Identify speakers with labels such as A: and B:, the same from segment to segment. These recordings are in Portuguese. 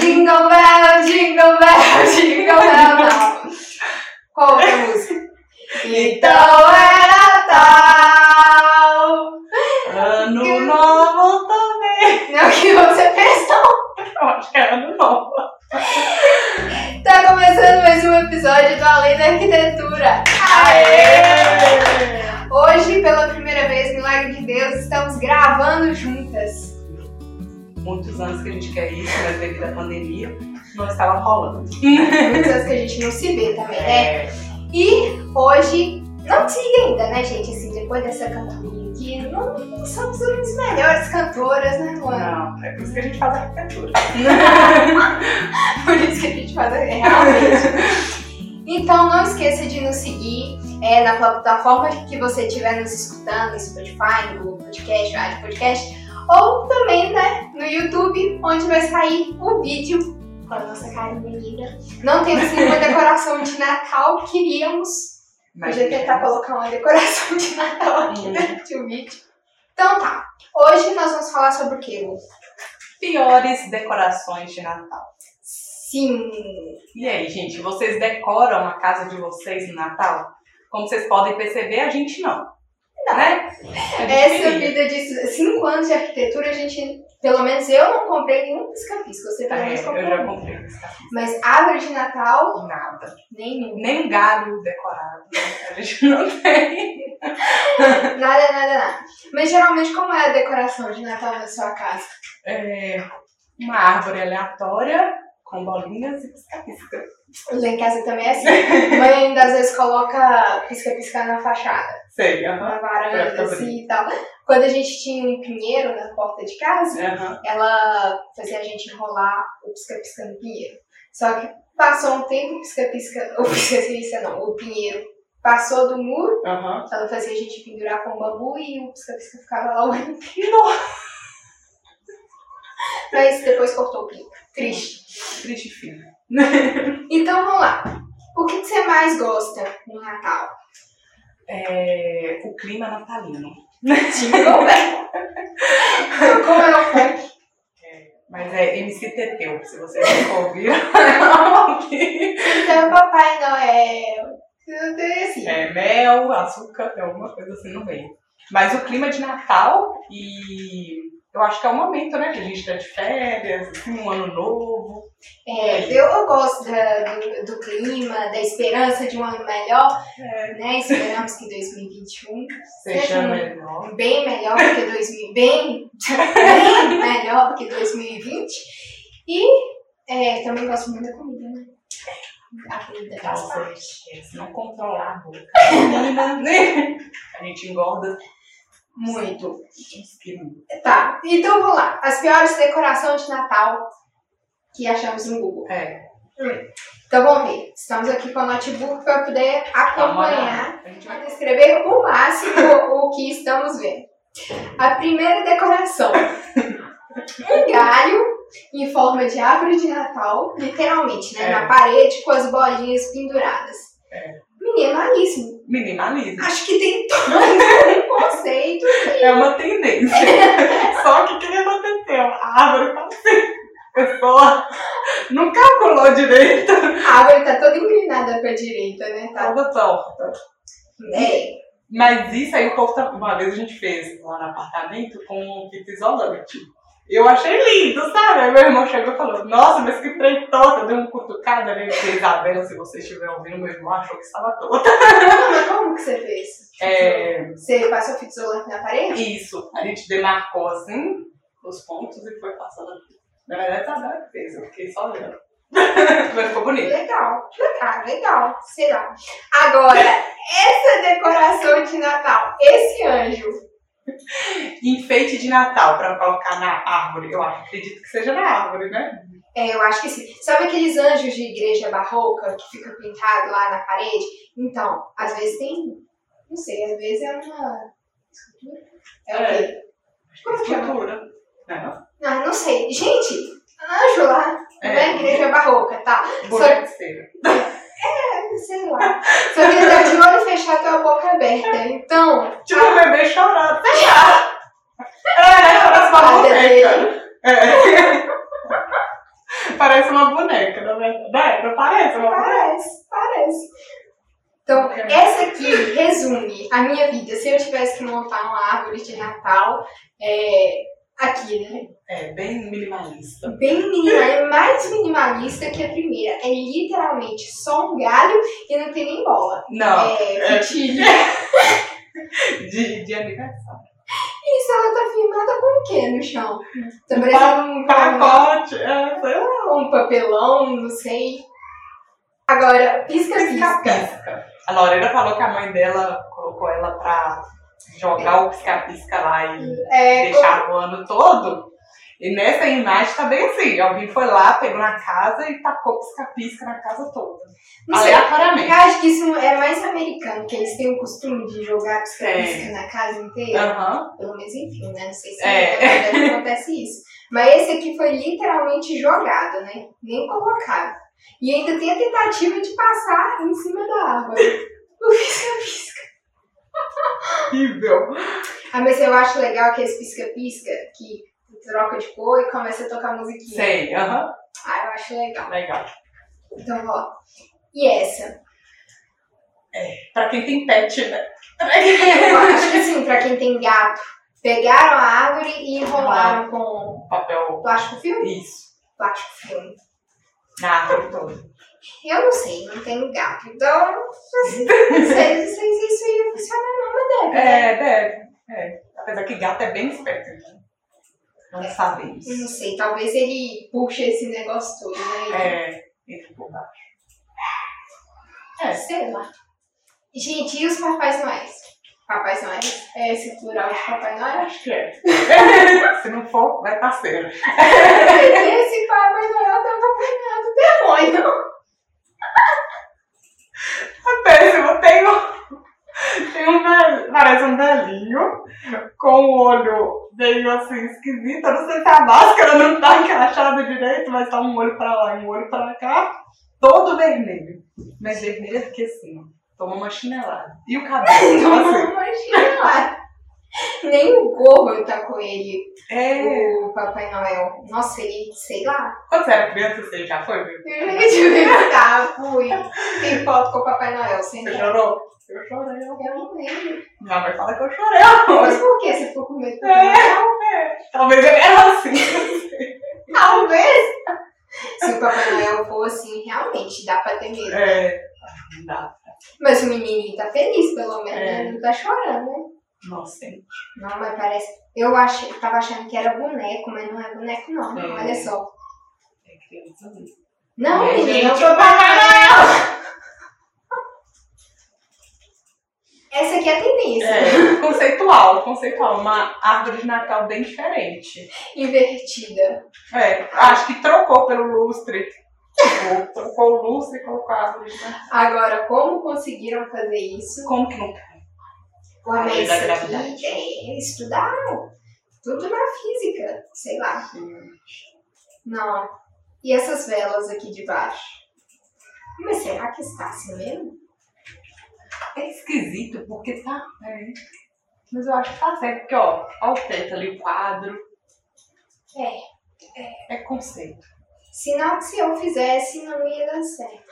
A: Jingle Bell, Jingle Bell, Jingle Bell, não. Qual outra música? Então era tal.
B: Ano novo também.
A: É o que você pensou.
B: Eu acho que é ano novo.
A: Tá começando mais um episódio do Além da Arquitetura. Hoje, pela primeira vez, milagre de Deus, estamos gravando juntas.
B: Muitos anos que a gente quer isso, mas devido à pandemia, não estava rolando.
A: Muitos anos que a gente não se vê também, né? E hoje, não siga ainda, né, gente? Assim, depois dessa cantoria aqui, não, não somos as melhores cantoras, né, Luana?
B: Não, é por isso que a gente faz arquitetura.
A: Por isso que a gente faz é, realmente. Então não esqueça de nos seguir é, na plataforma que você estiver nos escutando, Spotify, no Google Podcast, Rádio Podcast, ou também né, no YouTube, onde vai sair o vídeo com a nossa carinha linda. Não temos nenhuma decoração de Natal, queríamos. Podia tentar colocar uma decoração de Natal aqui
B: Hum.
A: durante o vídeo. Então tá, hoje nós vamos falar sobre o que, Lu?
B: Piores decorações de Natal.
A: Sim,
B: E aí, gente, vocês decoram a casa de vocês no Natal? Como vocês podem perceber, a gente não. Né? A gente
A: Essa
B: queria.
A: vida de 5 anos de arquitetura, a gente, pelo menos eu não comprei nenhum pisca-pisca, você pelo menos
B: É,
A: comprou. um.
B: eu já comprei esse
A: Mas árvore de Natal,
B: Nada.
A: nenhum.
B: Nem galho decorado. né? A gente não tem.
A: Nada, nada, nada. Mas geralmente, como é a decoração de Natal na sua casa?
B: É, uma árvore aleatória com bolinhas e pisca-pisca.
A: Lá em casa também é assim. Mãe ainda às vezes coloca pisca-pisca na fachada,
B: Sei, aham.
A: na
B: Pra
A: varanda,
B: ficar
A: assim e tal. Quando a gente tinha um pinheiro na porta de casa,
B: Aham.
A: ela fazia a gente enrolar o pisca-pisca no pinheiro. Só que passou um tempo, o pisca-pisca, o pisca-pisca não, o pinheiro passou do muro,
B: Aham.
A: ela fazia a gente pendurar com bambu e o pisca-pisca ficava lá o ano inteiro. Mas depois cortou o pinho. Triste.
B: Triste fim.
A: Então vamos lá. O que que você mais gosta no Natal?
B: É, o clima natalino.
A: Jingle Bell. Como é o funk?
B: Mas é MC Teteu, se vocês nunca ouviram.
A: Então, Papai Noel. Eu tenho assim.
B: é mel, açúcar, é alguma coisa assim no meio. Mas o clima de Natal e eu acho que é o momento, né? Que a gente tá de férias, assim, um ano novo.
A: É, eu, eu gosto da- do, do clima, da esperança de um ano melhor, né? Esperamos que 2021
B: Seja
A: Seja
B: melhor.
A: um, bem melhor do que 2000, bem, bem melhor do que 2020. E é, também gosto muito da comida, né? A comida faz
B: Nossa,
A: parte.
B: gente, se não controlar a boca, menina, né? a gente engorda tipo
A: Muito.
B: uns quilos.
A: Tá, então vamos lá. As piores decorações de Natal que achamos no Google.
B: É,
A: Então vamos ver. Estamos aqui com o notebook para poder
B: calma aí.
A: acompanhar.
B: Tá A gente vai-
A: Vou descrever o máximo o que estamos vendo. A primeira decoração: um galho em forma de árvore de Natal, literalmente, né?
B: É.
A: Na parede com as bolinhas penduradas. Menino, alíssimo.
B: Minimalismo.
A: Acho que tem todo um conceito.
B: É uma tendência. Só que o que que aconteceu? A árvore tá assim. A pessoa não calculou direito.
A: A árvore tá toda inclinada pra direita, né? Tá.
B: Toda torta.
A: É.
B: Mas isso aí o povo tá... Uma vez a gente fez lá no apartamento com fita isolante. Eu achei lindo, sabe? Aí meu irmão chegou e falou, nossa, mas que trem torta. Deu um cutucado ali pra Isabela, se você estiver ouvindo, meu irmão achou que estava torta.
A: Mas como que você fez?
B: É,
A: Você passou fita isolante na parede?
B: isso, a gente demarcou assim os pontos e foi passando. Na verdade, Isabela que fez, eu fiquei só olhando. mas ficou bonito.
A: Legal, legal, legal, sei lá. Agora, essa decoração de Natal, esse anjo,
B: Enfeite de Natal pra colocar na árvore. Eu acho- acredito que seja na árvore, né?
A: é, eu acho que sim. Sabe aqueles anjos de igreja barroca que fica pintado lá na parede? Então, às vezes tem, não sei, às vezes é uma escultura. É o quê? Como que chama?
B: é Cultura. É, Não,
A: Ah, não sei. Gente, anjo lá, não é igreja barroca, tá?
B: Boneco de cera.
A: É, sei lá. Só que ele tá de olho fechado e a boca aberta. Então,
B: Tipo, o bebê chorando. É, parece uma
A: Olha
B: boneca. É. parece uma boneca, na verdade. Né? Não parece uma boneca?
A: Parece, parece. Então, essa aqui resume a minha vida. Se eu tivesse que montar uma árvore de Natal, é, aqui, né?
B: É, bem minimalista.
A: Bem minimalista, é mais minimalista que a primeira. É literalmente só um galho e não tem nem bola.
B: Não,
A: É,
B: é.
A: fitilha.
B: de, de aniversário.
A: Isso ela tá firmada com o quê no chão? Tá
B: Um
A: parecendo um,
B: Pacote, é, sei lá.
A: um papelão, não sei. Agora, pisca-pisca.
B: Pisca-pisca. A Lorena falou que a mãe dela colocou ela pra jogar o pisca-pisca lá e
A: É,
B: deixar o ano todo. E nessa imagem tá bem assim. Alguém foi lá, pegou na casa e tacou pisca-pisca na casa toda.
A: não sei.
B: Aleatoriamente.
A: Eu acho que isso é mais americano, que eles têm o costume de jogar pisca-pisca na casa inteira.
B: É. Aham.
A: Pelo menos enfim, né? Não sei se
B: É.
A: na verdade acontece isso. Mas esse aqui foi literalmente jogado, né? Nem colocado. E ainda tem a tentativa de passar em cima da árvore. O pisca-pisca.
B: Horrível.
A: Ah, mas eu acho legal que esse pisca-pisca, que troca de cor e começa a tocar musiquinha.
B: Sei, aham.
A: Ah, eu acho legal.
B: Legal.
A: Então, ó. E essa?
B: Pra quem tem pet, né?
A: Eu acho que assim, pra quem tem gato, pegaram a árvore e enrolaram com
B: Papel.
A: plástico filme?
B: Isso.
A: Plástico filme.
B: Na árvore toda.
A: Eu não sei, não tenho gato. Então, assim, não sei, não sei se isso ia funcionar não, mas deve. né?
B: É, deve. É. Apesar que gato é bem esperto, né? Não sabemos.
A: Não sei, talvez ele puxe esse negócio todo, né?
B: É, entre por baixo. É.
A: Sei lá. Gente, e os papais noéis? Papais noéis? É esse plural de papai noel?
B: Acho que é. Se não for, vai parceiro. É.
A: Esse Papai Noel tá acompanhado do demônio.
B: Péssimo, tem um. Tem um ve- parece um velhinho com o olho meio assim esquisito. Eu não sei se a máscara não tá encaixada direito, mas tá um olho pra lá e um olho pra cá. Todo vermelho. Mas vermelho é porque assim, ó, toma uma chinelada. E o cabelo, tipo assim.
A: Imagina lá. Nem o gorro tá com ele,
B: É.
A: o Papai Noel. Nossa, ele, sei lá.
B: Quando você era criança, você já foi, viu?
A: Eu já tive tá, fui. Tem foto com o Papai Noel, sem
B: Você
A: dúvida.
B: chorou? Eu chorei.
A: Eu não lembro.
B: Minha mãe fala que eu chorei agora.
A: Mas por que você ficou com medo do Papai
B: É.
A: Noel?
B: Talvez ele era assim.
A: Talvez. Se o Papai Noel for assim, realmente dá pra ter medo.
B: É. Não dá.
A: Mas o menininho tá feliz, pelo menos, né?
B: É.
A: Não tá chorando, né?
B: Nossa, hein?
A: Não, mas parece. Eu achei, tava achando que era boneco, mas não é boneco, não.
B: É.
A: Olha só.
B: É criança mesmo.
A: Não,
B: É,
A: menina,
B: gente,
A: é o
B: Papai
A: Essa aqui é a tendência.
B: É, conceitual, conceitual. Uma árvore de Natal bem diferente.
A: Invertida.
B: É, acho que trocou pelo lustre. Tipo, trocou o lustre e colocou a árvore de Natal.
A: Agora, como conseguiram fazer isso?
B: Como que não tá? cai?
A: Eu amei
B: Lei
A: isso
B: da
A: aqui.
B: gravidade.
A: É, estudaram. Tudo na física, sei lá. Não. E essas velas aqui de baixo? Mas será que está assim mesmo?
B: É esquisito, porque tá. É. Mas eu acho que tá certo, porque ó, ó o teto ali, o quadro.
A: É.
B: É conceito.
A: Sinal que se eu fizesse, não ia dar certo.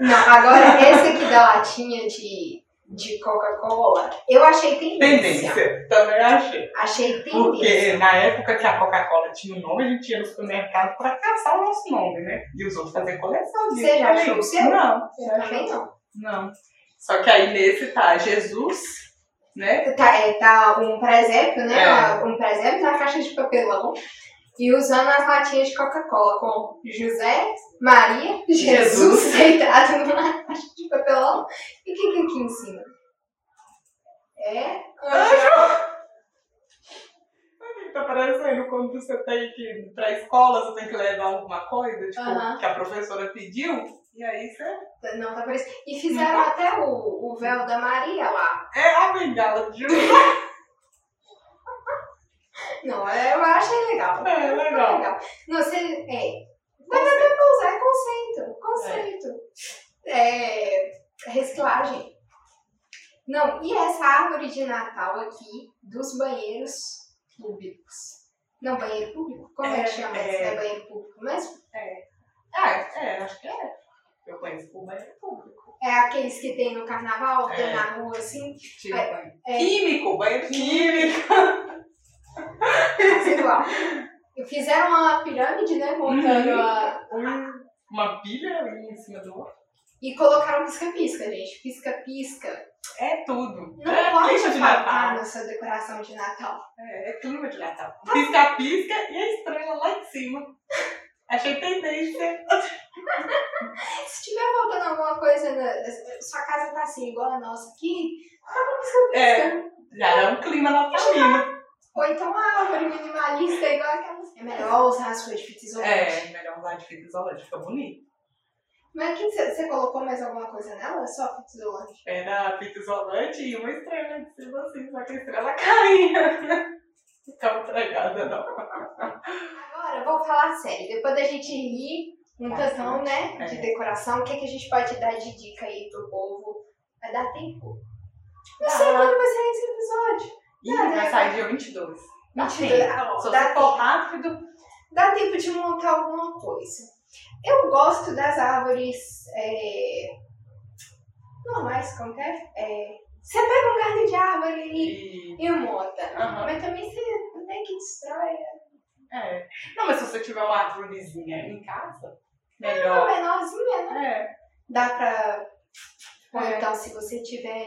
A: não, agora essa aqui da latinha de, de Coca-Cola, eu achei tendência.
B: Tendência, também achei.
A: Achei tendência.
B: Porque na época que a Coca-Cola tinha o nome, a gente ia no supermercado pra caçar o nosso nome, né? E os outros fazer coleção disso.
A: Você já
B: também.
A: achou o seu?
B: Não.
A: Eu também não.
B: Não. Só que aí nesse tá Jesus, né?
A: Tá, é, tá um presépio, né?
B: É.
A: Um presépio na caixa de papelão e usando as latinhas de Coca-Cola com José, Maria, Jesus,
B: Jesus.
A: deitado numa caixa de papelão. E o que tem aqui em cima? É.
B: Tá parecendo quando você tem que ir pra escola, você tem que levar alguma coisa, tipo,
A: Aham.
B: que a professora pediu, e aí você
A: Não, tá parecendo. E
B: Uhum.
A: fizeram até o, o véu da Maria lá.
B: é a bengala de Jesus.
A: Não, é, eu achei legal.
B: É, legal.
A: Não, você. É. Mas dá até pra usar, é conceito. Conceito. É. Reciclagem. Não, e essa árvore de Natal aqui dos banheiros públicos? Não, banheiro público? Como é,
B: É,
A: que chama isso?
B: é.
A: É banheiro público mesmo?
B: É. Ah, é, acho que é. Eu conheço por banheiro público.
A: É aqueles que tem no carnaval, tem
B: É.
A: na rua, assim,
B: Tipo,
A: É,
B: banheiro
A: é.
B: químico, banheiro químico.
A: mas igual. E Fizeram uma pirâmide, né? Montando
B: Uhum.
A: a.
B: Hum, Uma pilha ali em cima do outro.
A: E colocaram pisca-pisca, gente. Pisca-pisca.
B: É tudo.
A: Não
B: é
A: pode
B: clima de
A: faltar
B: Natal.
A: nessa decoração de Natal.
B: É, é clima de Natal. Pisca-pisca e a estrela lá em cima. Achei tendência.
A: É, Se tiver faltando alguma coisa, na... sua casa tá assim, igual a nossa aqui,
B: É, já é um clima natalino.
A: ou então a árvore minimalista, igual aquelas. É melhor usar as suas de fita isolante.
B: É, melhor usar de fita isolante, fica bonito.
A: Mas que você colocou mais alguma coisa nela? Só fita isolante?
B: Era É fita isolante e uma estrela de cima assim, só que a estrela caía. Ficava entregada, não.
A: Agora, vou falar sério. Depois da gente rir um
B: Tá
A: tantão, né?
B: É.
A: De decoração, o que, que a gente pode dar de dica aí pro povo? Vai dar tempo. Não sei
B: Ah.
A: quando vai sair esse episódio.
B: Ih,
A: Não,
B: vai
A: né?
B: sair dia 22. Dá
A: Mentira.
B: tempo.
A: Ah,
B: Tá Se
A: dá
B: você for rápido,
A: Dá tempo de montar alguma coisa. Eu gosto das árvores. É... Normais, como que é? é? Você pega um galho de árvore e,
B: e...
A: e monta.
B: Aham.
A: Mas também você tem que destrói. é
B: É. Não, mas se você tiver uma árvorezinha em casa,
A: Uma
B: melhor.
A: menorzinha, né?
B: É.
A: Dá pra. Ou
B: É.
A: então, se você tiver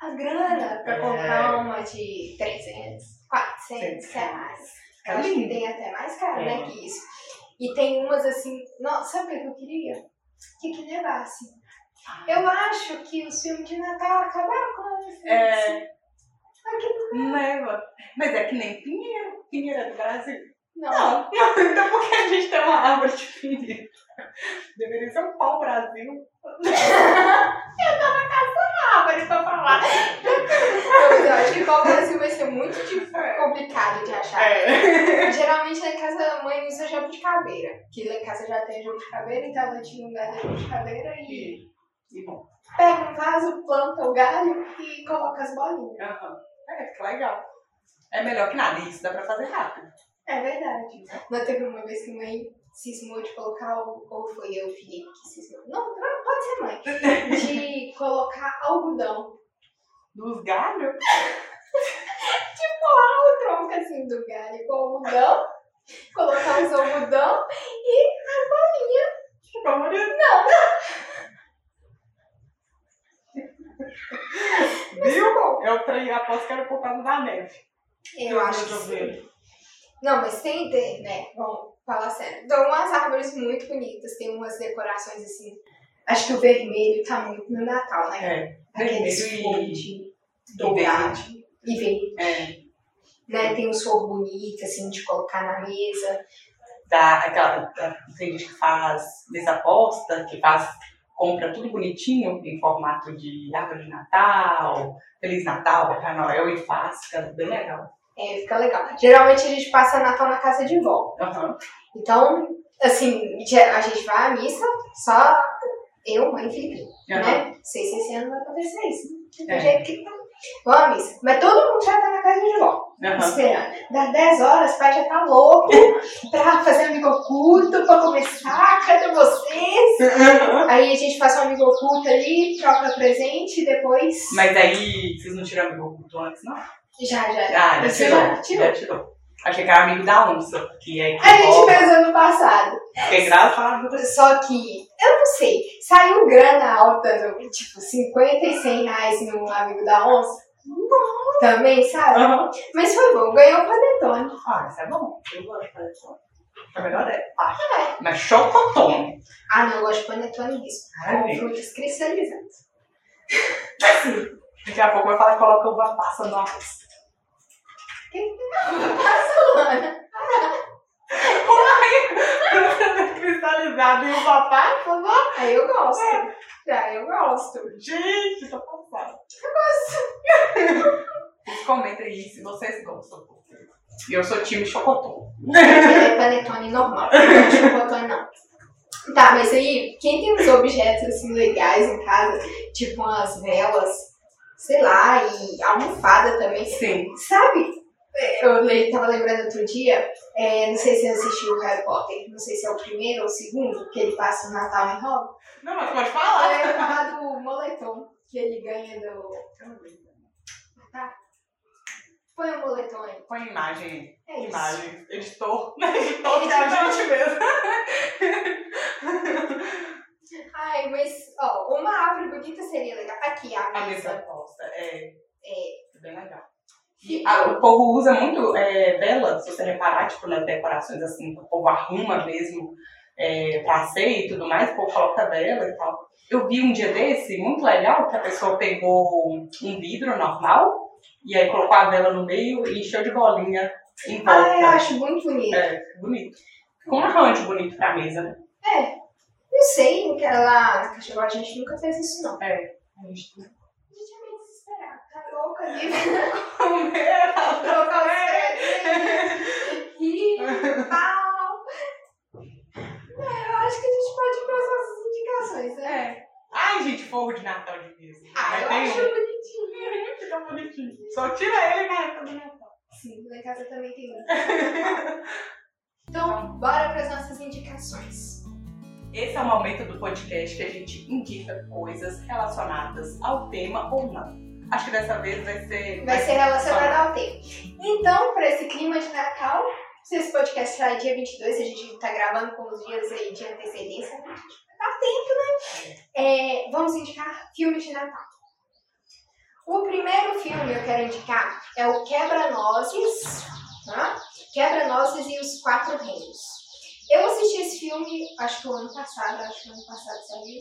A: a grana pra
B: É.
A: comprar uma de 300, 400
B: Cento
A: reais.
B: Fica
A: Acho que
B: lindo.
A: tem até mais caro,
B: É.
A: né? Que isso. E tem umas assim. Nossa, sabe o que eu queria? Que que levasse.
B: Ah.
A: Eu acho que os filmes de Natal acabaram com isso.
B: É.
A: Aqui-
B: Leva. Mas é que nem Pinheiro. Pinheiro é do Brasil.
A: Não.
B: Não, então por que a gente tem uma árvore de Pinheiro? Deveria ser um pau-brasil.
A: árvore pra falar. Mas eu acho que igual o Brasil vai ser muito difícil, é complicado de achar.
B: É.
A: Geralmente lá em casa a mãe é usa jabuticabeira. Que lá em casa já tem jabuticabeira, então ela tira um galho de jabuticabeira e
B: E, e bom.
A: pega um vaso, planta o galho e coloca as bolinhas.
B: Aham. É, fica legal. É melhor que nada. E isso dá pra fazer rápido.
A: É verdade. Mas teve uma vez que a mãe cismou de colocar, o- ou foi eu, o Felipe, que cismou. Não, não, pode ser mãe. De colocar algodão.
B: Dos galhos?
A: O tronco assim do galho com algodão, colocar os algodão e as bolinhas.
B: Tipo, a maioria não. Viu? Eu treinei, aposto que era por causa da neve.
A: Eu
B: um
A: acho que sim. Não, mas tem, tem, né? Vamos falar sério. Tem umas árvores muito bonitas, tem umas decorações assim. Acho que o vermelho tá muito no Natal, né?
B: É.
A: Aqueles
B: Vermelho
A: fonte dourado
B: verde.
A: e verde.
B: É.
A: Né? Tem uns flor bonita, assim, de colocar na mesa.
B: Da, aquela, da- tem gente que faz mesa aposta, que faz, compra tudo bonitinho em formato de árvore de Natal, Feliz Natal, Papai Noel e faz, fica bem legal.
A: É, fica legal. Geralmente a gente passa Natal na casa de vó.
B: Aham.
A: Então, assim, já- a gente vai à missa, só eu, mãe e Felipe,
B: Aham.
A: né? Não sei se esse ano vai acontecer isso. Do
B: É.
A: jeito que tá. Vamos à missa. Mas todo mundo já tá na casa de vó,
B: Aham.
A: esperando. Das 10 horas, o pai já tá louco pra fazer amigo oculto, pra começar, cadê vocês? Aí a gente faz um amigo oculto ali, troca presente e depois...
B: Mas aí, vocês não tiraram meu culto antes, não?
A: Já, já.
B: Ah, já
A: Você
B: tirou.
A: já tirou?
B: Já tirou. Achei que era amigo da onça, que é que
A: A gente
B: volta.
A: fez ano passado.
B: Que é engraçado.
A: Só que, eu não sei, saiu grana alta, no, tipo, 50 e 100 reais no Amigo da Onça. Também, sabe?
B: Aham.
A: Mas foi bom, ganhou o Panetone.
B: Ah, isso é bom. Eu gosto de fazer isso. A melhor é. Ah,
A: É.
B: mas chocotone.
A: Ah, não, eu gosto de Panetone mesmo.
B: Ai,
A: Com frutas cristalizadas.
B: Daqui a pouco vai falar que coloca uva passa no arroz.
A: Solana.
B: cristalizado e o um papai?
A: Por favor. Aí eu gosto.
B: É.
A: Aí eu gosto.
B: Gente, tô passada. Vocês comentem aí se vocês gostam. E eu sou time chocotão.
A: É panetone normal, não é chocotone não. Tá, mas aí, quem tem uns objetos assim legais em casa, tipo umas velas, sei lá, e almofada também,
B: Sim.
A: Sabe? É, Eu le- tava lembrando outro dia, é, não sei se você assistiu o Harry Potter, não sei se é o primeiro ou o segundo, que ele passa o Natal em Hogwarts.
B: Não, mas pode falar.
A: Eu ia falar do moletom que ele ganha do. Tá? Põe o moletom aí.
B: Põe imagem,
A: É isso.
B: imagem, editor, editor da
A: Editor.
B: gente mesmo.
A: Ai, mas, ó, uma árvore bonita seria legal. Tá Aqui, a
B: A mesa
A: mesa.
B: posta, é,
A: É,
B: é bem legal. E,
A: fica-
B: ah, o povo usa muito é, vela, se você reparar, tipo, nas decorações assim, que o povo arruma mesmo é, passeio e tudo mais, o povo coloca vela e tal. Eu vi um dia desse, muito legal, que a pessoa pegou um vidro normal e aí colocou a vela no meio e encheu de bolinha em volta.
A: Ah, eu acho muito bonito.
B: É, bonito. Ficou um arranjo bonito pra mesa, né?
A: Não sei, porque lá na Cachorro a gente nunca fez isso, não.
B: É.
A: A gente é meio desesperado, tá louca ali. Trocar os
B: Comer,
A: créditos. Ih, pau. É, eu acho que a gente pode ir para as nossas indicações, né?
B: É. Ai, gente, forro de Natal de mesa.
A: Ah,
B: Mas
A: eu
B: tem
A: acho é
B: um.
A: bonitinho. tá
B: Fica bonitinho. Só tira ele
A: né?
B: na época do Natal.
A: Sim, lá em casa também tem muito. Então, bora para as nossas indicações.
B: Esse é o momento do podcast que a gente indica coisas relacionadas ao tema ou não. Acho que dessa vez vai ser.
A: Vai ser relacionado ao tema. Então, para esse clima de Natal, se esse podcast sai dia 22, a gente tá gravando com os dias aí de antecedência, a gente dá tempo, né? É, vamos indicar filmes de Natal. O primeiro filme que eu quero indicar é o Quebra-Nozes, tá? Quebra-Nozes e os Quatro Reinos. Eu assisti esse filme, acho que o ano passado, acho que o ano passado saiu,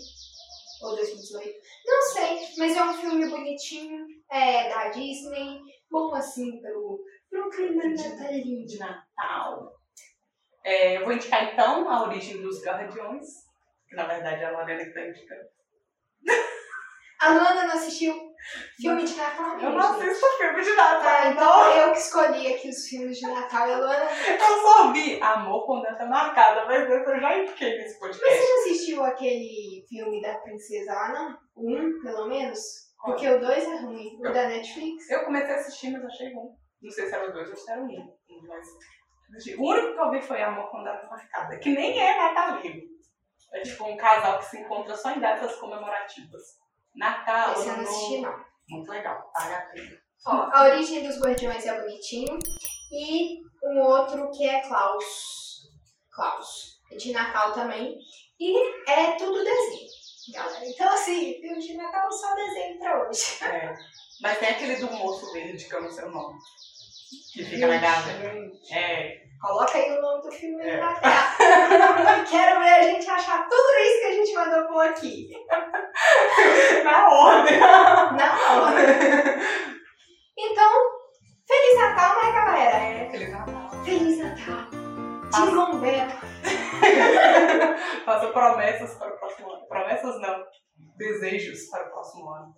A: ou 2018, não sei, mas é um filme bonitinho, é da Disney, bom assim pro, pro clima natalino.
B: um de Natal. É, eu vou indicar então a origem dos Guardiões, que na verdade é a Lorena que tá indicando.
A: A Luana não assistiu filme de Natal?
B: Eu não
A: gente.
B: assisto filme de
A: Tá,
B: Natal, então.
A: então eu que escolhi aqui os filmes de Natal e a Luana.
B: Eu só vi Amor com Data Marcada, mas eu já indiquei nesse
A: Mas
B: podcast.
A: você não assistiu aquele filme da princesa lá, não? O um, pelo menos? Porque o dois é ruim. O da Netflix?
B: Eu comecei a assistir, mas achei bom. Não sei se era o dois ou se era o um. Mas assisti. o único que eu vi foi Amor com Data Marcada, que nem é natalino. É tipo um casal que se encontra só em datas comemorativas. Natal,
A: Esse eu não
B: Ano Novo.
A: assisti, não.
B: Muito legal, vale a pena.
A: Ó, a origem dos guardiões é bonitinho. E um outro que é Klaus. Klaus. De Natal também. E é tudo desenho, galera. Então, assim, filme de Natal só desenho pra hoje.
B: É. Mas tem aquele do moço verde, que eu não sei o nome. Que fica na gaveta. É.
A: Coloca aí o nome do filme aí
B: É.
A: na tela. Quero ver a gente achar tudo isso que a gente mandou por aqui.
B: Na ordem.
A: Na hora. Então, Feliz Natal, né, galera?
B: Feliz Natal.
A: Feliz Natal.
B: Ah.
A: De Lombeto.
B: Faça promessas para o próximo ano. Promessas não. Desejos para o próximo ano.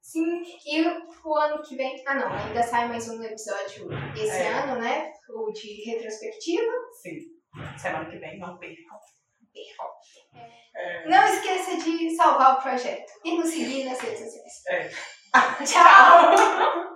A: Sim, e o ano que vem. Ah, não, ainda sai mais um episódio esse
B: É.
A: ano, né? O de retrospectiva.
B: Sim. Semana que vem não percam. É.
A: Não esqueça de salvar o projeto e nos seguir nas redes sociais.
B: É.
A: Tchau!
B: Tchau!